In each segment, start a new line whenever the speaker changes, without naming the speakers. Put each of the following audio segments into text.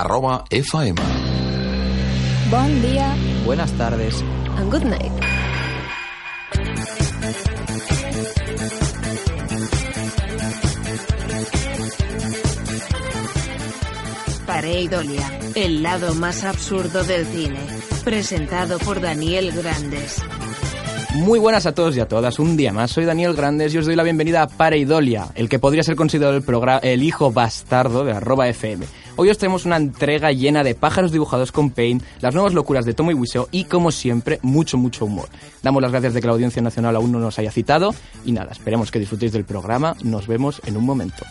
arroba FM.
Bon dia
Buenas tardes.
and good night.
Pareidolia, el lado más absurdo del cine. Presentado por Daniel Grandes.
Muy buenas a todos y a todas. Un día más. Soy Daniel Grandes y os doy la bienvenida a Pareidolia, el que podría ser considerado el, progra- el hijo bastardo de arroba FM. Hoy os tenemos una entrega llena de pájaros dibujados con paint, las nuevas locuras de Tomo y Wiseo y, como siempre, mucho, mucho humor. Damos las gracias de que la Audiencia Nacional aún no nos haya citado y nada, esperemos que disfrutéis del programa. Nos vemos en un momento.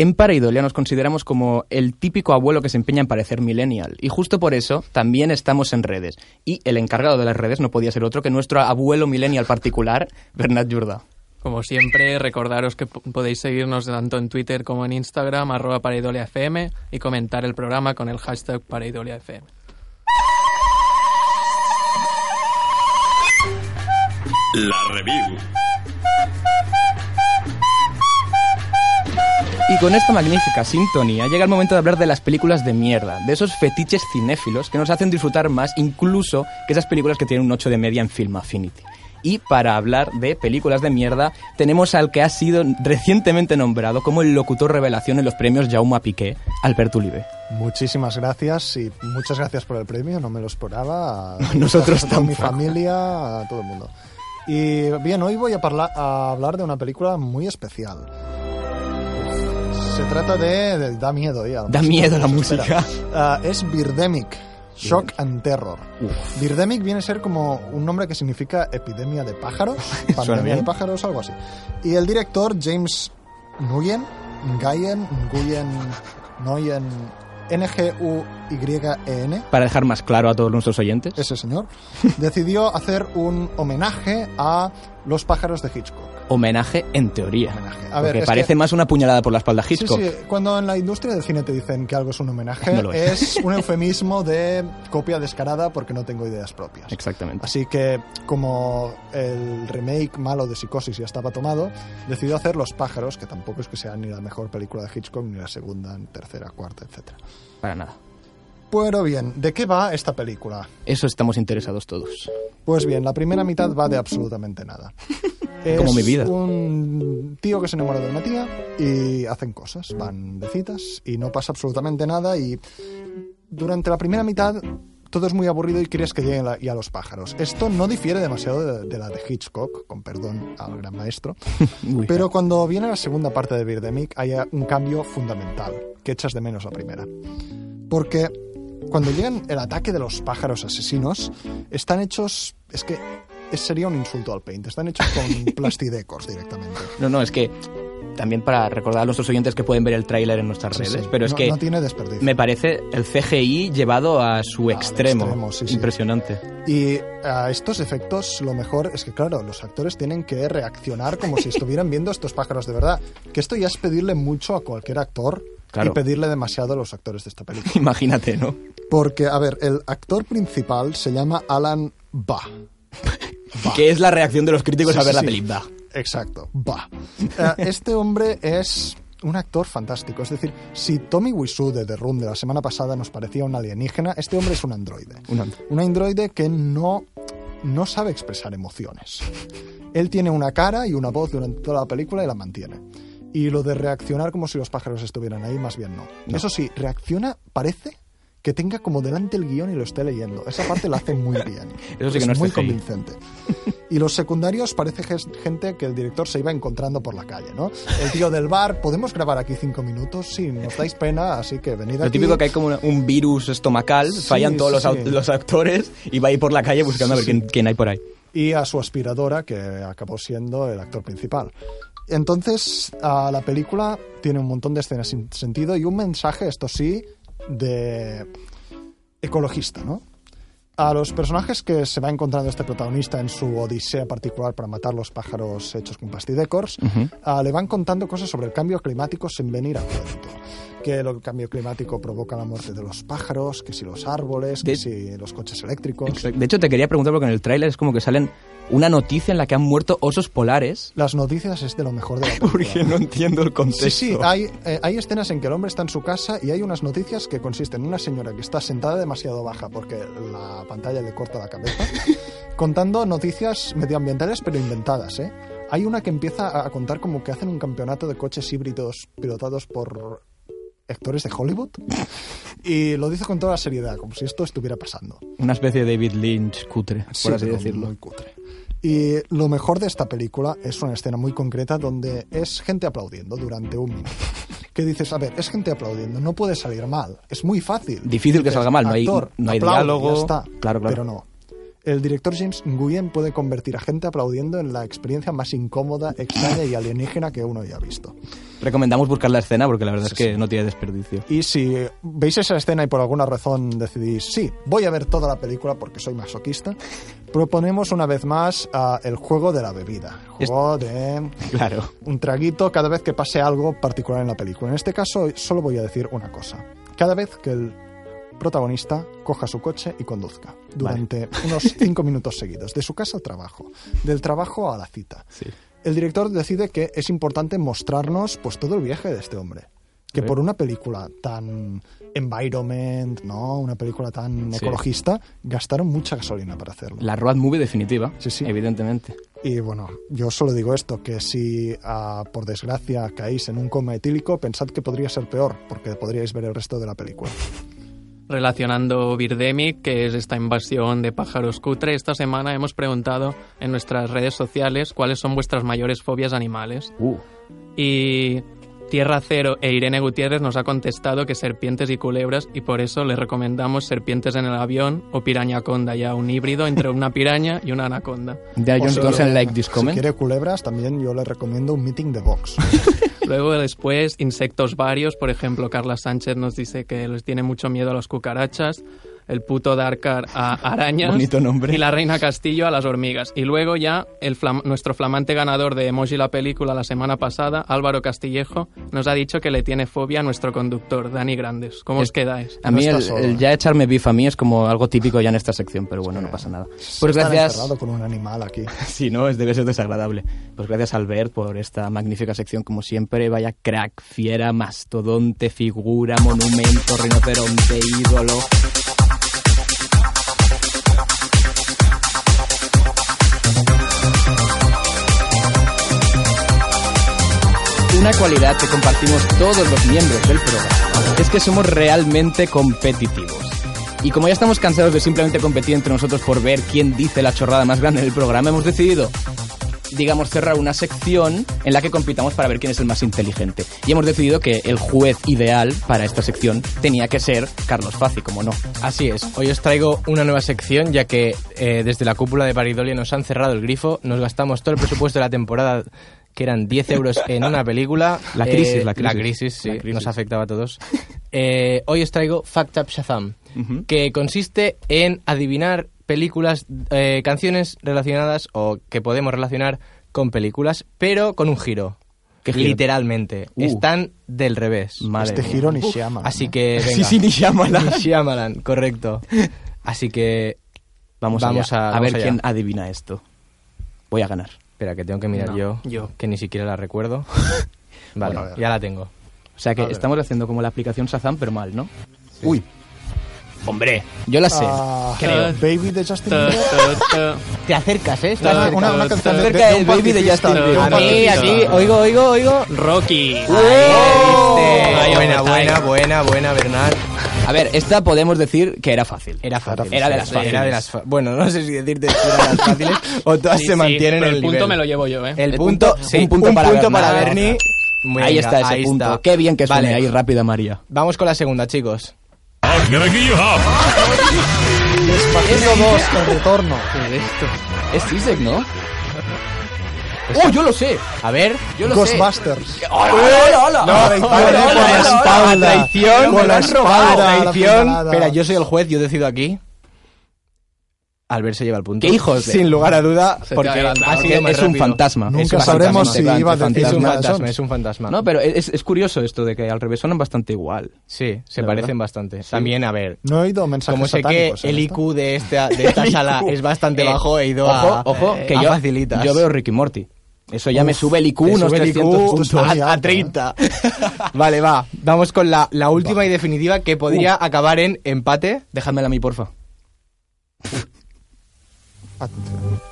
En Pareidolia nos consideramos como el típico abuelo que se empeña en parecer millennial y justo por eso también estamos en redes. Y el encargado de las redes no podía ser otro que nuestro abuelo millennial particular, Bernat Jordá.
Como siempre, recordaros que po- podéis seguirnos tanto en Twitter como en Instagram, arroba pareidoliafm, y comentar el programa con el hashtag pareidoliafm.
La review.
Y con esta magnífica sintonía llega el momento de hablar de las películas de mierda, de esos fetiches cinéfilos que nos hacen disfrutar más incluso que esas películas que tienen un 8 de media en Film Affinity. Y para hablar de películas de mierda, tenemos al que ha sido recientemente nombrado como el locutor revelación en los premios Jaume Piqué, Alberto Ulibe.
Muchísimas gracias y muchas gracias por el premio, no me lo esperaba. A
Nosotros
a toda mi
tampoco.
familia, a todo el mundo. Y bien, hoy voy a, parla- a hablar de una película muy especial. Se trata de... de- da miedo, ya.
Da miedo la
Espera.
música.
Ah, es Birdemic, Shock and Terror. Birdemic viene a ser como un nombre que significa epidemia de pájaros, pandemia de
bien.
pájaros, algo así. Y el director James Nguyen, Nguyen, Nguyen, Nguyen, N-G-U-Y-E-N,
Para dejar más claro a todos nuestros oyentes.
E ese señor, decidió hacer un homenaje a los pájaros de Hitchcock.
homenaje en teoría.
Homenaje. A ver,
Porque
es
parece
que-
más una puñalada por la espalda a Hitchcock.
Sí, sí, cuando en la industria del cine te dicen que algo es un homenaje,
No lo es.
es un eufemismo de copia descarada porque no tengo ideas propias.
Exactamente.
Así que, como el remake malo de Psicosis ya estaba tomado, decidió hacer Los pájaros, que tampoco es que sea ni la mejor película de Hitchcock, ni la segunda, ni tercera, cuarta, etc.
Para nada.
Pero bien, ¿de qué va esta película?
Eso estamos interesados todos.
Pues bien, la primera mitad va de absolutamente nada. Es
Como mi vida.
Un tío que se enamora de una tía y hacen cosas, van de citas y no pasa absolutamente nada y durante la primera mitad todo es muy aburrido y quieres que lleguen la- ya los pájaros. Esto no difiere demasiado de, de la de Hitchcock, con perdón al gran maestro,
Uy,
pero cuando viene la segunda parte de Birdemic hay un cambio fundamental que echas de menos la primera. Porque cuando llegan el ataque de los pájaros asesinos, están hechos... Es que es- sería un insulto al paint. Están hechos con plastidecos directamente.
No, no, es que también para recordar a nuestros oyentes que pueden ver el tráiler en nuestras
Sí,
redes,
sí.
pero es
no,
que
no tiene desperdicio.
me parece el CGI llevado a su
Al
extremo.
extremo, sí, sí.
Impresionante.
Y a estos efectos lo mejor es que, claro, los actores tienen que reaccionar como si estuvieran viendo estos pájaros de verdad. Que esto ya es pedirle mucho a cualquier actor
Claro.
y pedirle demasiado a los actores de esta película.
Imagínate, ¿no?
Porque, a ver, el actor principal se llama Alan Ba.
Que es la reacción de los críticos
Sí,
al ver
sí,
la
sí.
película.
Exacto, Ba. este hombre es un actor fantástico. Es decir, si Tommy Wiseau de The Room de la semana pasada nos parecía un alienígena, este hombre es un androide.
Un andro-
Un androide que no, no sabe expresar emociones. Él tiene una cara y una voz durante toda la película y la mantiene. Y lo de reaccionar como si los pájaros estuvieran ahí, más bien no. Eso sí, reacciona, parece que tenga como delante el guión y lo esté leyendo. Esa parte la hace muy bien.
Eso sí que no es
muy
CGI.
convincente. Y los secundarios parece que es gente que el director se iba encontrando por la calle, ¿no? El tío del bar, ¿podemos grabar aquí cinco minutos? Sí, nos dais pena, así que venid
Lo
aquí.
típico que hay como una- un virus estomacal,
Sí,
fallan todos
sí,
los, au-
sí.
los actores y va a ir por la calle buscando a ver
Sí, sí.
quién, quién hay por ahí.
y a su aspiradora, que acabó siendo el actor principal. Entonces, ah, la película tiene un montón de escenas sin sentido y un mensaje, esto sí, de ecologista, ¿no? A los personajes que se va encontrando este protagonista en su odisea particular para matar los pájaros hechos con pastidecors, ah, le van contando cosas sobre el cambio climático sin venir a cuento. que el cambio climático provoca la muerte de los pájaros, que si los árboles,
De-
que si los coches eléctricos.
De hecho, te quería preguntar porque en el tráiler es como que salen una noticia en la que han muerto osos polares.
Las noticias es de lo mejor de la película.
Porque no entiendo el contexto.
Sí, sí, hay, eh, hay escenas en que el hombre está en su casa y hay unas noticias que consisten en una señora que está sentada demasiado baja porque la pantalla le corta la cabeza, contando noticias medioambientales pero inventadas, ¿eh? Hay una que empieza a- a contar como que hacen un campeonato de coches híbridos pilotados por actores de Hollywood y lo dice con toda seriedad, como si esto estuviera pasando.
Una especie de David Lynch cutre, por
Sí,
así
pero
decirlo.
muy cutre. Y lo mejor de esta película es una escena muy concreta donde es gente aplaudiendo durante un minuto. Que dices, a ver, es gente aplaudiendo, no puede salir mal, es muy fácil.
Difícil que
Dices,
salga mal, no hay-
actor,
no hay
aplaude,
diálogo.
ya está.
Claro, claro.
Pero no. El director James Nguyen puede convertir a gente aplaudiendo en la experiencia más incómoda, extraña y alienígena que uno ya ha visto.
Recomendamos buscar la escena porque la verdad es que no tiene desperdicio.
Y si veis esa escena y por alguna razón decidís, sí, voy a ver toda la película porque soy masoquista, proponemos una vez más ah, el juego de la bebida.
Es-
Juego de
Claro.
un traguito cada vez que pase algo particular en la película. En este caso, solo voy a decir una cosa. Cada vez que el protagonista coja su coche y conduzca durante unos cinco minutos seguidos, de su casa al trabajo, del trabajo a la cita. El director decide que es importante mostrarnos pues todo el viaje de este hombre. Que
Sí.
por una película tan environment, ¿no? Una película tan
Sí.
ecologista, gastaron mucha gasolina para hacerlo.
La road movie definitiva,
Sí, sí.
evidentemente.
Y bueno, yo solo digo esto, que si ah, por desgracia caéis en un coma etílico, pensad que podría ser peor, porque podríais ver el resto de la película.
Relacionando Birdemic, que es esta invasión de pájaros cutre, esta semana hemos preguntado en nuestras redes sociales cuáles son vuestras mayores fobias animales.
Uh.
Y Tierra Cero e Irene Gutiérrez nos ha contestado que serpientes y culebras y por eso les recomendamos serpientes en el avión o pirañaconda, ya un híbrido entre una piraña y una anaconda.
De I
O
don't
si
consent
quiere-
like this comment.
Si quiere culebras, también yo le recomiendo un meeting de box.
Luego después insectos varios, por ejemplo Carla Sánchez nos dice que les tiene mucho miedo a las cucarachas, el puto Darkar a arañas
Bonito nombre.
y la Reina Castillo a las hormigas. Y luego ya el flam- nuestro flamante ganador de Emoji la película la semana pasada, Álvaro Castillejo, nos ha dicho que le tiene fobia a nuestro conductor, Dani Grandes. ¿Cómo
Es-
os quedáis?
A mí
No
el,
está solo,
el
¿eh?
ya echarme bif a mí es como algo típico ya en esta sección, pero bueno, no pasa nada. Pues
Están
gracias.
encerrado con un animal aquí.
Si no, es- debe ser desagradable. Pues gracias Albert por esta magnífica sección, como siempre. Vaya crack, fiera, mastodonte, figura, monumento, rinoceronte, ídolo. Una cualidad que compartimos todos los miembros del programa es que somos realmente competitivos. Y como ya estamos cansados de simplemente competir entre nosotros por ver quién dice la chorrada más grande del programa, hemos decidido, digamos, cerrar una sección en la que compitamos para ver quién es el más inteligente. Y hemos decidido que el juez ideal para esta sección tenía que ser Carlos Fazi, como no.
Así es, hoy os traigo una nueva sección ya que eh, desde la cúpula de Paridolia nos han cerrado el grifo, nos gastamos todo el presupuesto de la temporada que eran 10 euros en una película. Eh,
La crisis, la crisis.
La crisis, sí,
La crisis.
nos afectaba a todos. Eh, hoy os traigo Fact Up Shazam, que consiste en adivinar películas, eh, canciones relacionadas o que podemos relacionar con películas, pero con un giro.
¿Qué giro?
Literalmente,
Uh.
están del revés.
Madre
este
mía.
giro ni se llama.
Así que venga.
Sí, sí, ni llámala.
Shyamalan, Pues correcto. Así que
Vamos,
Vamos
allá,
a-
a,
vamos
ver
allá.
quién adivina esto. Voy a ganar.
Espera, que tengo que mirar
No,
yo,
yo.
que ni siquiera la recuerdo. Vale,
Bueno, a ver.
ya la tengo.
O sea que
A ver.
estamos haciendo como la aplicación Shazam, pero mal, ¿no? Uy. Hombre, yo la sé.
Ah,
creo.
Baby de Justin
Ta,
Bieber.
ta, ta.
Te acercas, ¿eh?
Una-
cerca,
una, una
está
canción de,
cerca
de
del
un
Baby de
pacifista,
Justin
de un
Bieber.
A mí,
Aquí,
aquí,
pacifista.
oigo, oigo, oigo.
Rocky.
Este,
¡Oh!
Ahí
Buena,
está.
buena, buena, buena, Bernard.
A ver, esta podemos decir que era fácil.
Era fácil.
Era de las fáciles.
Era de las fa- Bueno, no sé si decirte que era de las fáciles o todas
Sí,
se
sí,
mantienen
pero
en el
el punto
nivel.
me lo llevo yo, ¿eh?
El
El
punto,
punto-
sí,
un punto para Bernard.
Bernie. Muy
ahí
bien,
está ese
ahí
punto.
está.
Qué bien que suene
Vale,
ahí rápida, María.
Vamos con la segunda, chicos.
I'm gonna get you up.
Despacito 2, el retorno.
Es Isaac, ¿no? ¡Oh, yo lo sé!
A ver,
Yo lo sé.
Ghostbusters.
¡Hola, hola, hola!
No, traición,
Hola, hola,
por
hola,
la
hola, hola.
espalda.
traición,
Con
me lo
la
han robado.
espalda, la
Traición.
puñalada.
Espera, yo soy el juez, yo decido aquí. Albert se lleva el punto.
¡Qué hijos de-
Sin lugar a duda,
Se te
porque
adelanta,
ha
porque
sido más
es un
rápido.
fantasma.
Es
Nunca
un
sabremos
fantasma.
si iba a decir
Es un
nada de
fantasma,
Sons.
es un fantasma.
No, pero es, es curioso esto de que al revés suenan bastante igual.
Sí, se
La
parecen
verdad.
bastante. También, a ver,
No he oído mensajes
como sé que
satánicos ¿eh? en
el
esto.
IQ de esta, de esta
El
sala
IQ.
es bastante
Eh,
bajo, he ido
ojo,
a, eh,
ojo, que
a
yo,
facilitas.
Yo veo Ricky Morty. Eso ya me
Uf,
sube el IQ
te
unos
sube el
300
IQ
puntos.
Esto es muy
a, a
alto,
30. vale, va. Vamos con la, la última y definitiva que podría acabar en empate.
Déjamela a mí, porfa.
Ah, Atención.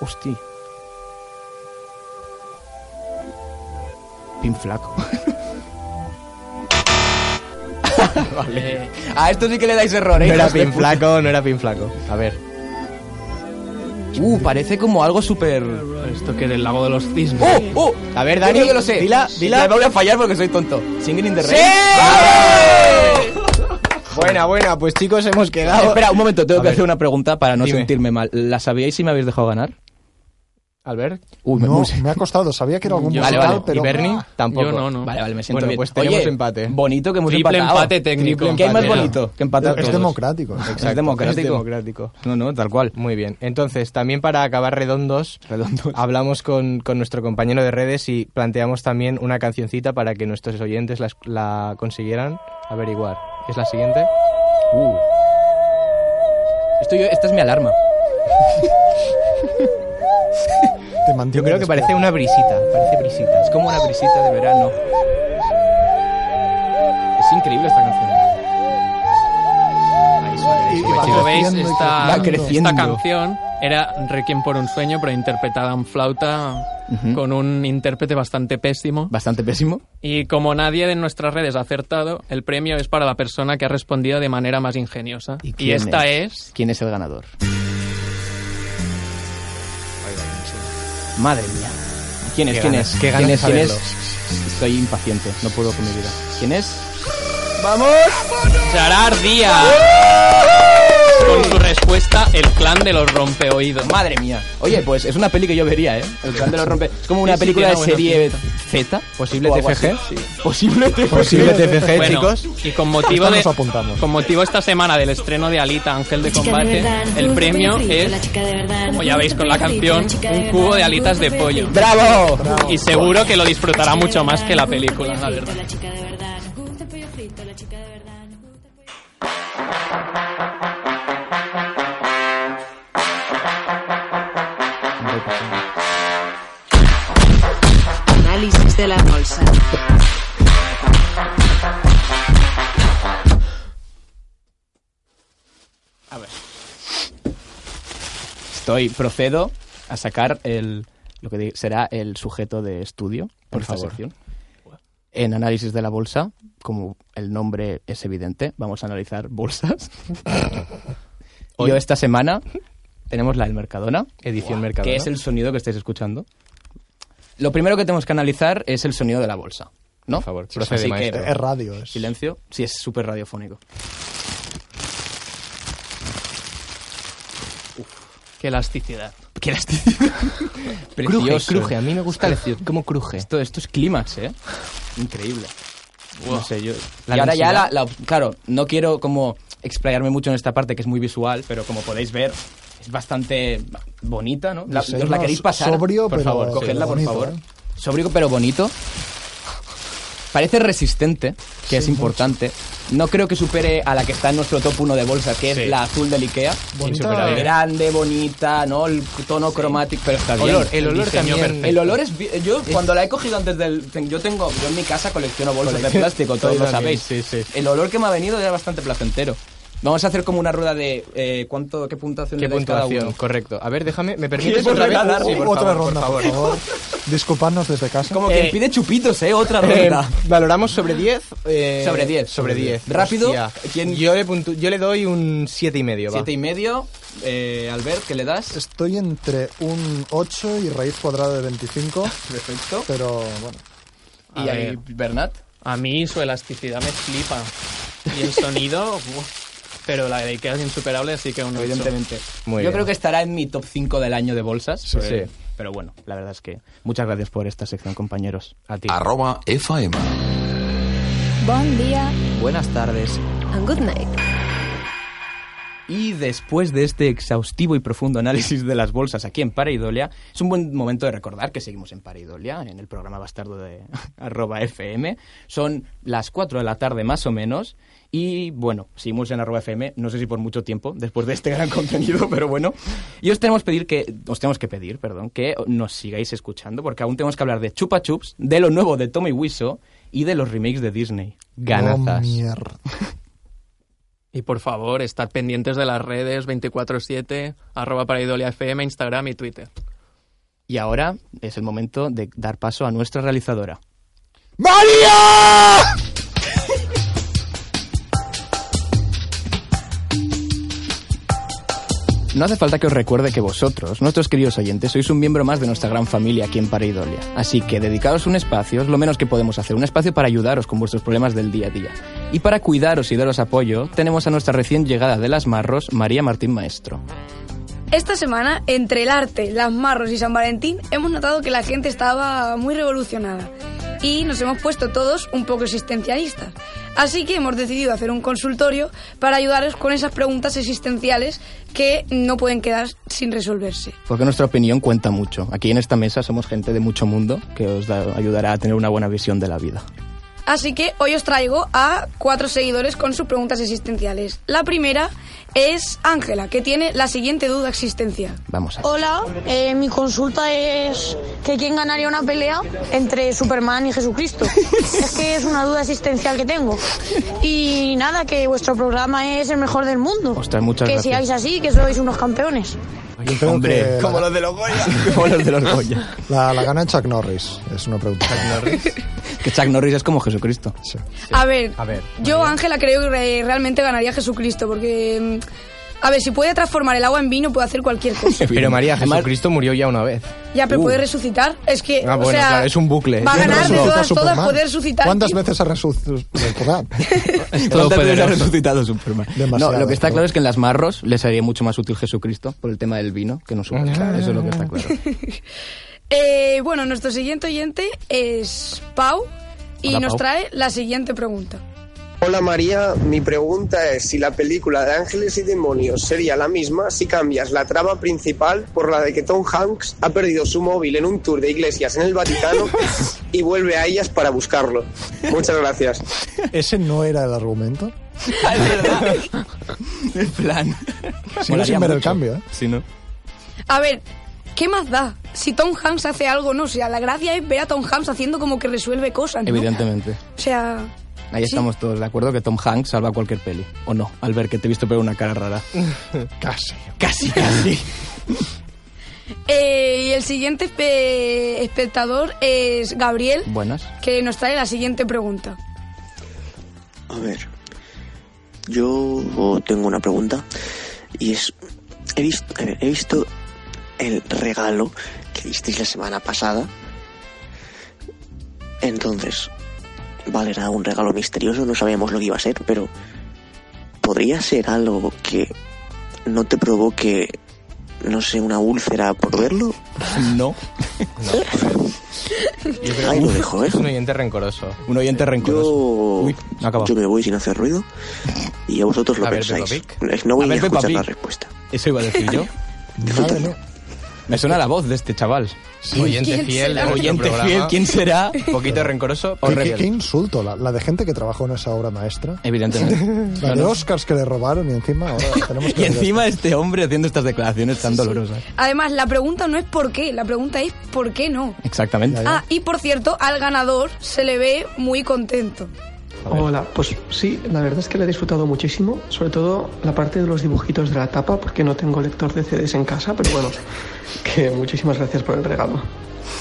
Hostia. Pin flaco.
Eh,
A esto sí que le dais error, ¿eh?
No era
hijos de
pin
puta.
flaco, no era pin flaco. A ver.
Uh, parece como algo súper...
esto que es el lago de los cisnes.
¡Oh, oh!
A ver, Dani,
Yo creo que lo sé.
dila, dila.
La voy a fallar porque soy tonto. Singing in the rain.
Buena, buena. Pues chicos, hemos
Ah,
quedado.
Espera, un momento, tengo
A
que
ver.
hacer una pregunta para no
Dime.
sentirme mal. ¿La sabíais si me habéis dejado ganar?
Albert
Uy, me
No,
puse.
me ha costado. Sabía que era algún
Yo-
vale,
musical,
vale.
pero...
¿Y Bernie? Tampoco.
Yo no, no.
Vale, vale, me siento
Bueno,
bien.
pues tenemos
Oye,
empate.
Bonito que hemos
Triple
empatado.
empate técnico.
Triple
¿Qué hay más
empate.
bonito que empatar
Es
todos?
democrático. es
Es democrático.
es democrático.
No, no, tal cual.
Muy bien. Entonces, también para acabar redondos,
Redondo.
hablamos con, con nuestro compañero de redes y planteamos también una cancioncita para que nuestros oyentes la, esc- la consiguieran averiguar. ¿Es la siguiente?
Uh. Esto yo- esta es mi alarma.
Te mantiene
Yo creo
despierto.
que parece una brisita. Parece brisita.
Es como una brisita de verano. Es increíble esta canción.
Y- y
Pues,
va
como veis,
creciendo y
esta,
Va creciendo.
esta canción era Requiem por un sueño, pero interpretada en flauta
Ujú.
con un intérprete bastante pésimo.
Bastante pésimo.
Y como nadie de nuestras redes ha acertado, el premio es para la persona que ha respondido de manera más ingeniosa.
¿Y
Y,
quién
esta
es?
es...
¿Quién es el ganador? Madre mía. ¿Quién es?
Qué
¿Quién
ganas,
es?
qué
¿Quién
ganas
es?
de
¿Quién es?
saberlo.
Estoy impaciente, no puedo con mi vida. ¿Quién es?
Gerard Díaz. Con su respuesta, el clan de los rompeoídos.
Madre mía. Oye, pues es una peli que yo vería, ¿eh? El clan de los rompe. Es como una
Sí, sí,
película de
tiene buena
serie Z.
Posible
o algo
TFG.
así. Posible TFG.
Pues
Posible TFG,
Bueno,
chicos.
y con motivo,
Esta
de,
nos apuntamos.
con motivo esta semana del estreno de Alita Ángel de Combate, el premio es, como ya veis con la canción, un cubo de alitas de pollo.
¡Bravo!
Y seguro que lo disfrutará mucho más que la película, la verdad.
Análisis de la bolsa.
Estoy, procedo a sacar el, lo que di- será el sujeto de estudio, por favor. En análisis de la bolsa, como el nombre es evidente, vamos a analizar bolsas. Yo esta semana tenemos la del Mercadona,
Edición Mercadona.
que es el sonido que estáis escuchando. Lo primero que tenemos que analizar es el sonido de la bolsa, ¿no?
Por favor,
Sí,
procede,
así que,
maestro.
Es radio. es-
silencio, sí, es súper radiofónico.
Qué elasticidad.
Qué lástima.
Cruje,
Precioso.
cruje. A mí me gusta decir cómo cruje.
Esto, esto es clímax, ¿eh? Increíble. No sé, yo...
La
y ahora ya la,
densidad.
la- Claro, no quiero como explayarme mucho en esta parte que es muy visual, pero como podéis ver, es bastante bonita, ¿no? La,
Diseño
¿Os la queréis pasar?
sobrio,
por
pero-
favor,
pero
cogedla, por
bonito,
favor.
¿eh?
Sobrio, pero bonito. Parece resistente, que es importante. No creo que supere a la que está en nuestro top 1 de bolsa, que
Sí.
es la azul del Ikea.
Bonita.
Insuperable.
Grande, bonita, ¿no? El tono cromático, pero está bien.
Olor, el olor
diseño
también.
perfecto.
El olor es... bi- Yo cuando la he cogido antes del... ten- Yo tengo... Yo en mi casa colecciono bolsas de plástico, todos
Yo
lo
también,
sabéis.
sí, sí.
El olor que me ha venido era bastante placentero. Vamos a hacer como una rueda de... eh, ¿cuánto, ¿Qué puntuación
Qué
le dais cada
puntuación,
uno?
correcto. A ver, déjame, ¿me permites
¿Quieres
otra vez?
regalar?
Sí, por
Otra
favor, por
ronda, por
favor.
favor. Disculpadnos desde casa.
Como
Eh,
quien pide chupitos, ¿eh? Otra
Eh,
ronda.
valoramos sobre 10. eh,
Sobre 10.
Sobre 10.
Rápido,
Hostia.
¿quién-
Yo, le puntu- yo le doy un 7 y medio. va.
Siete y medio. Eh, Albert, ¿qué le das?
Estoy entre un 8 y raíz cuadrada de 25,
Perfecto.
pero bueno.
A
y ahí,
ver.
Bernat.
A mí su elasticidad me flipa. Y el sonido... uf. Pero la de Ikea es insuperable, así que un ocho.
Evidentemente.
Muy
Yo
bien.
creo que estará en mi top 5 del año de bolsas.
Sí,
pero,
sí.
pero bueno, la verdad es que muchas gracias por esta sección, compañeros.
A ti.
Arroba FM.
Bon dia
Buenas tardes.
and good night.
Y después de este exhaustivo y profundo análisis de las bolsas aquí en Pareidolia, es un buen momento de recordar que seguimos en Pareidolia, en el programa bastardo de arroba FM. Son las 4 de la tarde más o menos. Y bueno, seguimos en arroba FM, no sé si por mucho tiempo, después de este gran contenido, pero bueno. Y os tenemos, pedir que, os tenemos que pedir perdón, que nos sigáis escuchando, porque aún tenemos que hablar de Chupa Chups, de lo nuevo de Tommy Wiseau y de los remakes de Disney. Ganazas.
Oh, mierda.
Y por favor, estad pendientes de las redes 24-7, arroba Pareidolia FM, Instagram y Twitter.
Y ahora es el momento de dar paso a nuestra realizadora.
¡María!
No hace falta que os recuerde que vosotros, nuestros queridos oyentes, sois un miembro más de nuestra gran familia aquí en Pareidolia. Así que dedicaos un espacio, es lo menos que podemos hacer, un espacio para ayudaros con vuestros problemas del día a día. Y para cuidaros y daros apoyo, tenemos a nuestra recién llegada de las Marros, María Martín Maestro.
Esta semana, entre el arte, las marros y San Valentín, hemos notado que la gente estaba muy revolucionada y nos hemos puesto todos un poco existencialistas. Así que hemos decidido hacer un consultorio para ayudaros con esas preguntas existenciales que no pueden quedar sin resolverse.
Porque nuestra opinión cuenta mucho. Aquí en esta mesa somos gente de mucho mundo que os da- ayudará a tener una buena visión de la vida.
Así que hoy os traigo a cuatro seguidores con sus preguntas existenciales. La primera es Ángela, que tiene la siguiente duda existencial.
Vamos a
Hola, eh, mi consulta es que quién ganaría una pelea entre Superman y Jesucristo. es que es una duda existencial que tengo. Y nada, que vuestro programa es el mejor del mundo.
Ostras, muchas
que
gracias.
sigáis así, que sois unos campeones.
Yo creo que la,
los de los Goya.
Oh.
como los de los Goya.
la, la gana Chuck Norris. Es una pregunta.
Que Chuck Norris es como Jesucristo.
Sí.
A ver,
A ver,
yo Ángela creo que re- realmente ganaría Jesucristo, porque... mm, A ver, si puede transformar el agua en vino, puede hacer cualquier cosa.
Pero María,
Además-
Jesucristo murió ya una vez.
Ya, pero
Uh.
puede resucitar. Es que,
Ah,
o
bueno,
sea,
claro, es un bucle.
Va a
Ya
¿Quién
ganar de
resucitó a
todas, todas,
Superman?
poder resucitar.
¿Cuántas
Y-
veces ha resucitado?
Todo
poderoso.
resucitado Superman.
Demasiado.
No, lo que está claro es que en las marros les sería mucho más útil Jesucristo por el tema del vino que no
Ah.
Superman. Eso es lo que está claro.
Eh, bueno, nuestro siguiente oyente es Pau y
Hola,
nos
Pau.
trae la siguiente pregunta.
Hola María, mi pregunta es si la película de Ángeles y Demonios sería la misma si cambias la trama principal por la de que Tom Hanks ha perdido su móvil en un tour de iglesias en el Vaticano y vuelve a ellas para buscarlo. Muchas gracias.
¿Ese no era el argumento?
El plan.
Sigo sin ver el cambio, ¿eh?
Sí, ¿no?
A ver, ¿qué más da? Si Tom Hanks hace algo, no. O sea, la gracia es ver a Tom Hanks haciendo como que resuelve cosas, ¿no?
Evidentemente.
O sea,
Ahí
Sí.
estamos todos de acuerdo que Tom Hanks salva cualquier peli. O no, al ver que te he visto pegar una cara rara.
Casi.
Casi, casi.
eh, y el siguiente espe- espectador es Gabriel,
Buenas.
que nos trae la siguiente pregunta.
A ver, yo tengo una pregunta y es, he visto, a ver, he visto el regalo que disteis la semana pasada. Entonces, vale, era un regalo misterioso, no sabíamos lo que iba a ser, pero podría ser algo que no te provoque, no sé, una úlcera por verlo.
No.
Ahí lo dejo, ¿eh?
Es un oyente rencoroso.
Un oyente rencoroso.
Yo,
Uy, no ha acabado.
yo me voy sin hacer ruido y a vosotros lo
A ver,
pensáis.
Peppa
no voy
A
ni a
ver, Peppa
escuchar
Pig.
la respuesta.
Eso iba a decir yo.
Madre mía.
Me suena la voz de este chaval.
oyente
¿Quién
fiel.
será?
de nuestro
Oyente
programa.
fiel, ¿quién será?
Poquito rencoroso,
¿Qué, qué-
horrible.
qué insulto, la, la de gente que trabajó en esa obra maestra.
Eh, Evidentemente.
La de Oscars que le robaron y encima ahora tenemos que...
Y encima este hombre haciendo estas declaraciones tan dolorosas.
Además, la pregunta no es por qué, la pregunta es por qué no.
Exactamente.
Ya, ya.
Ah, y por cierto, al ganador se le ve muy contento.
Hola, pues sí, la verdad es que la he disfrutado muchísimo, sobre todo la parte de los dibujitos de la tapa, porque no tengo lector de CDs en casa, pero bueno, que muchísimas gracias por el regalo.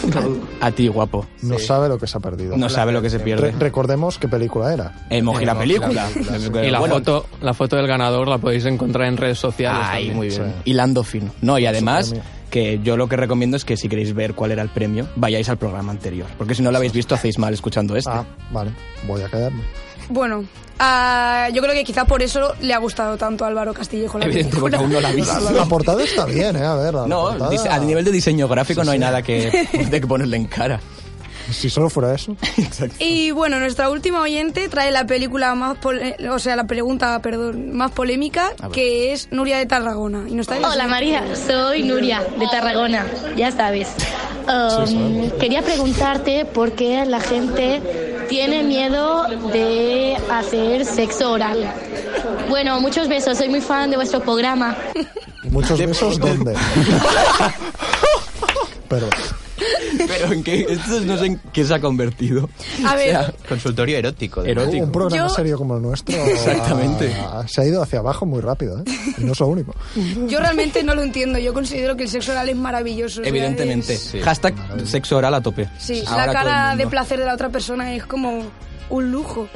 Un saludo.
A ti, guapo.
No sabe lo que se ha perdido.
No sabe lo que se
Re-
pierde.
recordemos qué película era.
Emoji la película.
Y la,
Bueno,
foto, la foto del ganador la podéis encontrar en redes sociales.
Ahí,
también.
muy bien.
Sí.
Hilando fino. No, y además,
premio.
que yo lo que recomiendo es que si queréis ver cuál era el premio, vayáis al programa anterior. Porque si no lo habéis visto, hacéis mal escuchando este.
Ah, vale. Voy a callarme.
Bueno, ah, yo creo que quizá por eso le ha gustado tanto a Álvaro Castillejo la
Evidentemente, porque
película.
aún no la habéis
La, la- la portada está bien, ¿eh? A ver, la, la
No,
portada-
dise- a nivel de diseño gráfico no hay nada que, de que ponerle en cara.
Si solo fuera eso.
Y bueno, nuestra última oyente trae la película más, pole- o sea, la pregunta, perdón, más polémica,
A ver.
que es Nuria de Tarragona. Y nos trae la
Hola
siguiente
María, soy Nuria de Tarragona, ya sabes. Um, quería preguntarte por qué la gente tiene miedo de hacer sexo oral. Bueno, muchos besos, soy muy fan de vuestro programa.
Muchos besos, ¿dónde? Pero,
Pero en qué, esto no sé en qué se ha convertido.
A ver.
Consultorio erótico.
un programa serio como el nuestro.
Exactamente.
ah, se ha ido hacia abajo muy rápido, ¿eh? Y no es lo único.
Yo realmente no lo entiendo. Yo considero que el sexo oral es maravilloso. o sea,
Evidentemente.
es-
Hashtag sexo oral a tope.
Sí,
Ahora
la
todo el
cara de
mundo.
placer de la otra persona es como un lujo.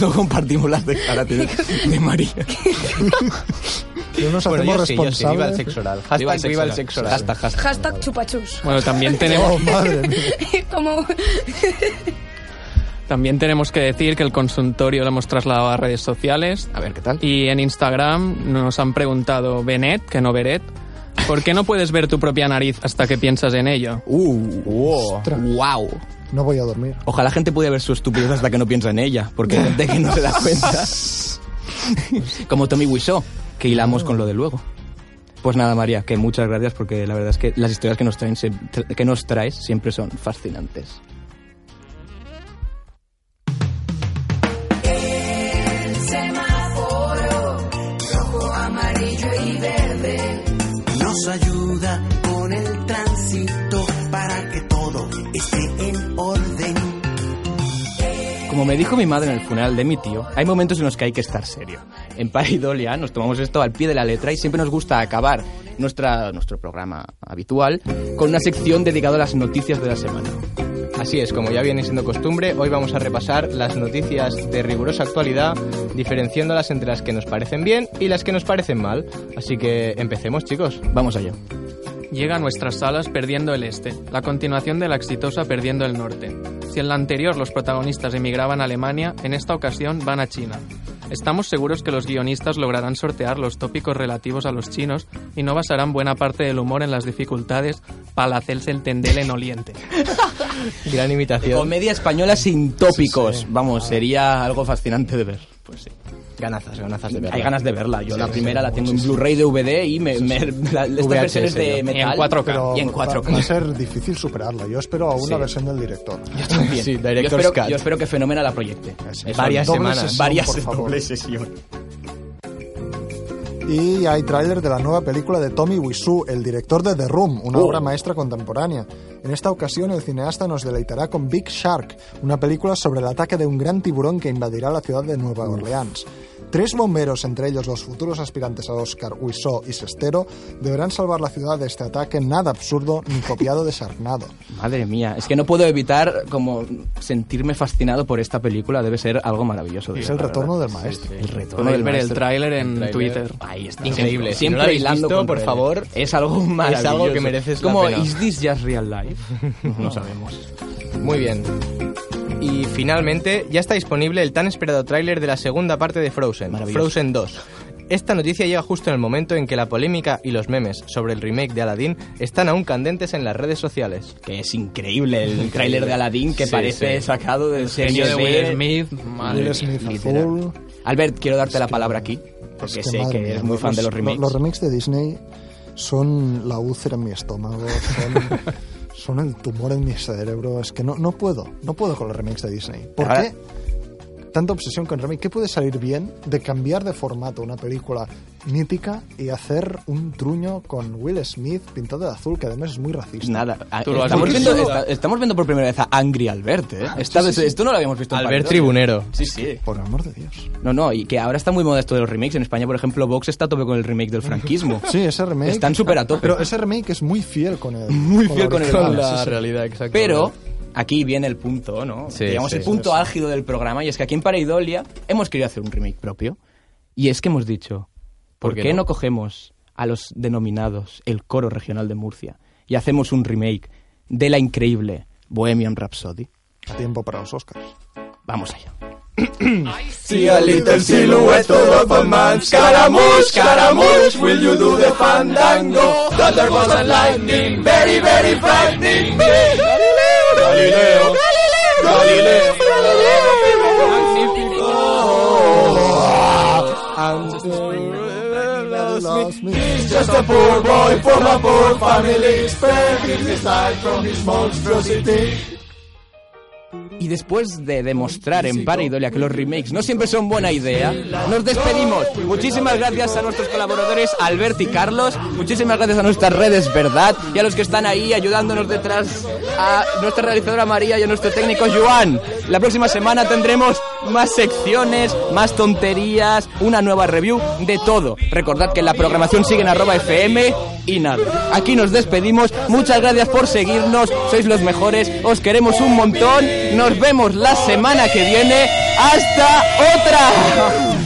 No compartimos las declaraciones de María.
No nos
Bueno, yo
hacemos
sí, yo sí,
responsables.
viva el sexo oral. Hashtag
Viva el sexo
viva el
oral.
sexo oral.
Hashtag, hashtag.
Hashtag chupachus.
Bueno, también
Oh,
tenemos...
como...
También tenemos que decir que el consultorio lo hemos trasladado a redes sociales.
A ver, ¿qué tal?
Y en Instagram nos han preguntado, Benet, que no Beret, ¿por qué no puedes ver tu propia nariz hasta que piensas en ello?
Uh, wow. wow.
No voy a dormir.
Ojalá gente pudiera ver su estupidez hasta que no piensa en ella, porque hay gente que no se da cuenta. Como Tommy Wiseau, que hilamos con lo de luego. Pues nada, María, que muchas gracias porque la verdad es que las historias que nos, traen, se- que nos traes siempre son fascinantes.
El semáforo, rojo, amarillo y verde, nos ayuda con el tránsito para que todo esté en orden.
Como me dijo mi madre en el funeral de mi tío, hay momentos en los que hay que estar serio. En Paridolia nos tomamos esto al pie de la letra y siempre nos gusta acabar nuestra, nuestro programa habitual con una sección dedicada a las noticias de la semana.
Así es, como ya viene siendo costumbre, hoy vamos a repasar las noticias de rigurosa actualidad, diferenciándolas entre las que nos parecen bien y las que nos parecen mal. Así que
eh,
em- empecemos, chicos.
Vamos allá.
Llega a nuestras salas Perdiendo el Este, la continuación de la exitosa Perdiendo el Norte. Si en la anterior los protagonistas emigraban a Alemania, en esta ocasión van a China. Estamos seguros que los guionistas lograrán sortear los tópicos relativos a los chinos y no basarán buena parte del humor en las dificultades para hacerse entender en Oriente.
Gran imitación.
Comedia española sin tópicos. Vamos, sería algo fascinante de ver. Pues sí.
Ganazas, ganazas de verla.
Hay ganas de verla. Yo
Sí,
la
sí,
primera
sí,
la tengo en
muchísimo.
Blu-ray, DVD y me, me- la- estas
VHS,
versiones de
yo.
metal.
Pero
Y en
Va, va a
4K.
ser difícil superarla. Yo espero a una
Sí.
versión del director.
Bien.
Sí,
yo,
Director's
espero,
Cut.
yo espero que Fenómena la proyecte. Eso,
Varias
doble
semanas.
sesión, varias
por favor.
doble sesión.
Y hay tráiler de la nueva película de Tommy Wiseau, el director de The Room,
Oh.
una obra maestra contemporánea. En esta ocasión el cineasta nos deleitará con Big Shark, una película sobre el ataque de un gran tiburón que invadirá la ciudad de Nueva Orleans. Tres bomberos, entre ellos los futuros aspirantes a Oscar, Wiseau y Sestero, deberán salvar la ciudad de este ataque nada absurdo ni copiado de Sarnado.
Madre mía, es que no puedo evitar como sentirme fascinado por esta película. Debe ser algo maravilloso. de
Es
ver,
el
la
retorno
verdad.
del maestro.
El retorno
Podéis
del
ver el
maestro.
tráiler en El tráiler. Twitter.
Ahí está.
Increíble. Si
Siempre
no lo habéis
hilando
visto,
con
por
redes.
favor,
Es algo maravilloso.
es algo que mereces la
Como,
pena.
¿is this just real life? No sabemos.
Muy bien. Y finalmente ya está disponible el tan esperado tráiler de la segunda parte de Frozen,
Maravilloso.
Frozen 2. Esta noticia llega justo en el momento en que la polémica y los memes sobre el remake de Aladdin están aún candentes en las redes sociales.
Que es increíble el tráiler de Aladdin que
Sí,
parece
sí.
sacado del serie
de
B.
Will Smith, madre
Will
mía.
Smith
literal.
azul.
Albert, quiero darte la palabra aquí, porque
Es que
sé
madre
que
mía, pues
eres muy fan de los remakes.
Los remakes de Disney son la úlcera en mi estómago, son, son el tumor en mi cerebro. Es que no, no puedo, no puedo con los remakes de Disney. ¿Por
Ahora-
qué tanta obsesión con remake? ¿Qué puede salir bien de cambiar de formato una película mítica y hacer un truño con Will Smith pintado de azul, que además es muy racista?
Pues Nada, a-
Tú lo has
estamos
dicho.
viendo, esta- estamos viendo por primera vez a Angry Albert, ¿eh? Esta
sí,
vez-
sí, sí.
Esto no lo habíamos visto en
Albert
Parador.
Tribunero.
Sí, sí.
Por amor de Dios.
No, no, y que ahora está muy moda esto de los remakes. En España, por ejemplo, Vox está a tope con el remake del franquismo.
Sí, ese remake.
Están súper a tope.
Pero ese remake es muy fiel con el.
muy fiel con, el
original,
original.
Ah, sí, sí.
Pero aquí viene el punto, ¿no?
Sí,
Digamos
sí,
el
sí,
punto
sí.
álgido del programa y es que aquí en Pareidolia hemos querido hacer un remake propio y es que hemos dicho, ¿por,
¿Por
qué,
qué
no?
no
cogemos a los denominados el coro regional de Murcia y hacemos un remake de la increíble Bohemian Rhapsody?
A tiempo para los Oscars.
Vamos allá.
See a little silhouette of a man. Scaramouche, Scaramouche, will you do the fandango? Thunder was lightning, very, very frightening me. Galileo, Galileo, Oh. He's just a poor boy from a poor family, spared his life from his monstrosity.
Y después de demostrar en Pareidolia que los remakes no siempre son buena idea, nos despedimos. Muchísimas gracias a nuestros colaboradores Albert y Carlos, muchísimas gracias a nuestras redes Verdad y a los que están ahí ayudándonos detrás, a nuestra realizadora María y a nuestro técnico Joan. La próxima semana tendremos más secciones, más tonterías, una nueva review de todo. Recordad que la programación sigue en arroba FM y nada. Aquí nos despedimos. Muchas gracias por seguirnos. Sois los mejores. Os queremos un montón. Nos vemos la semana que viene. ¡Hasta otra!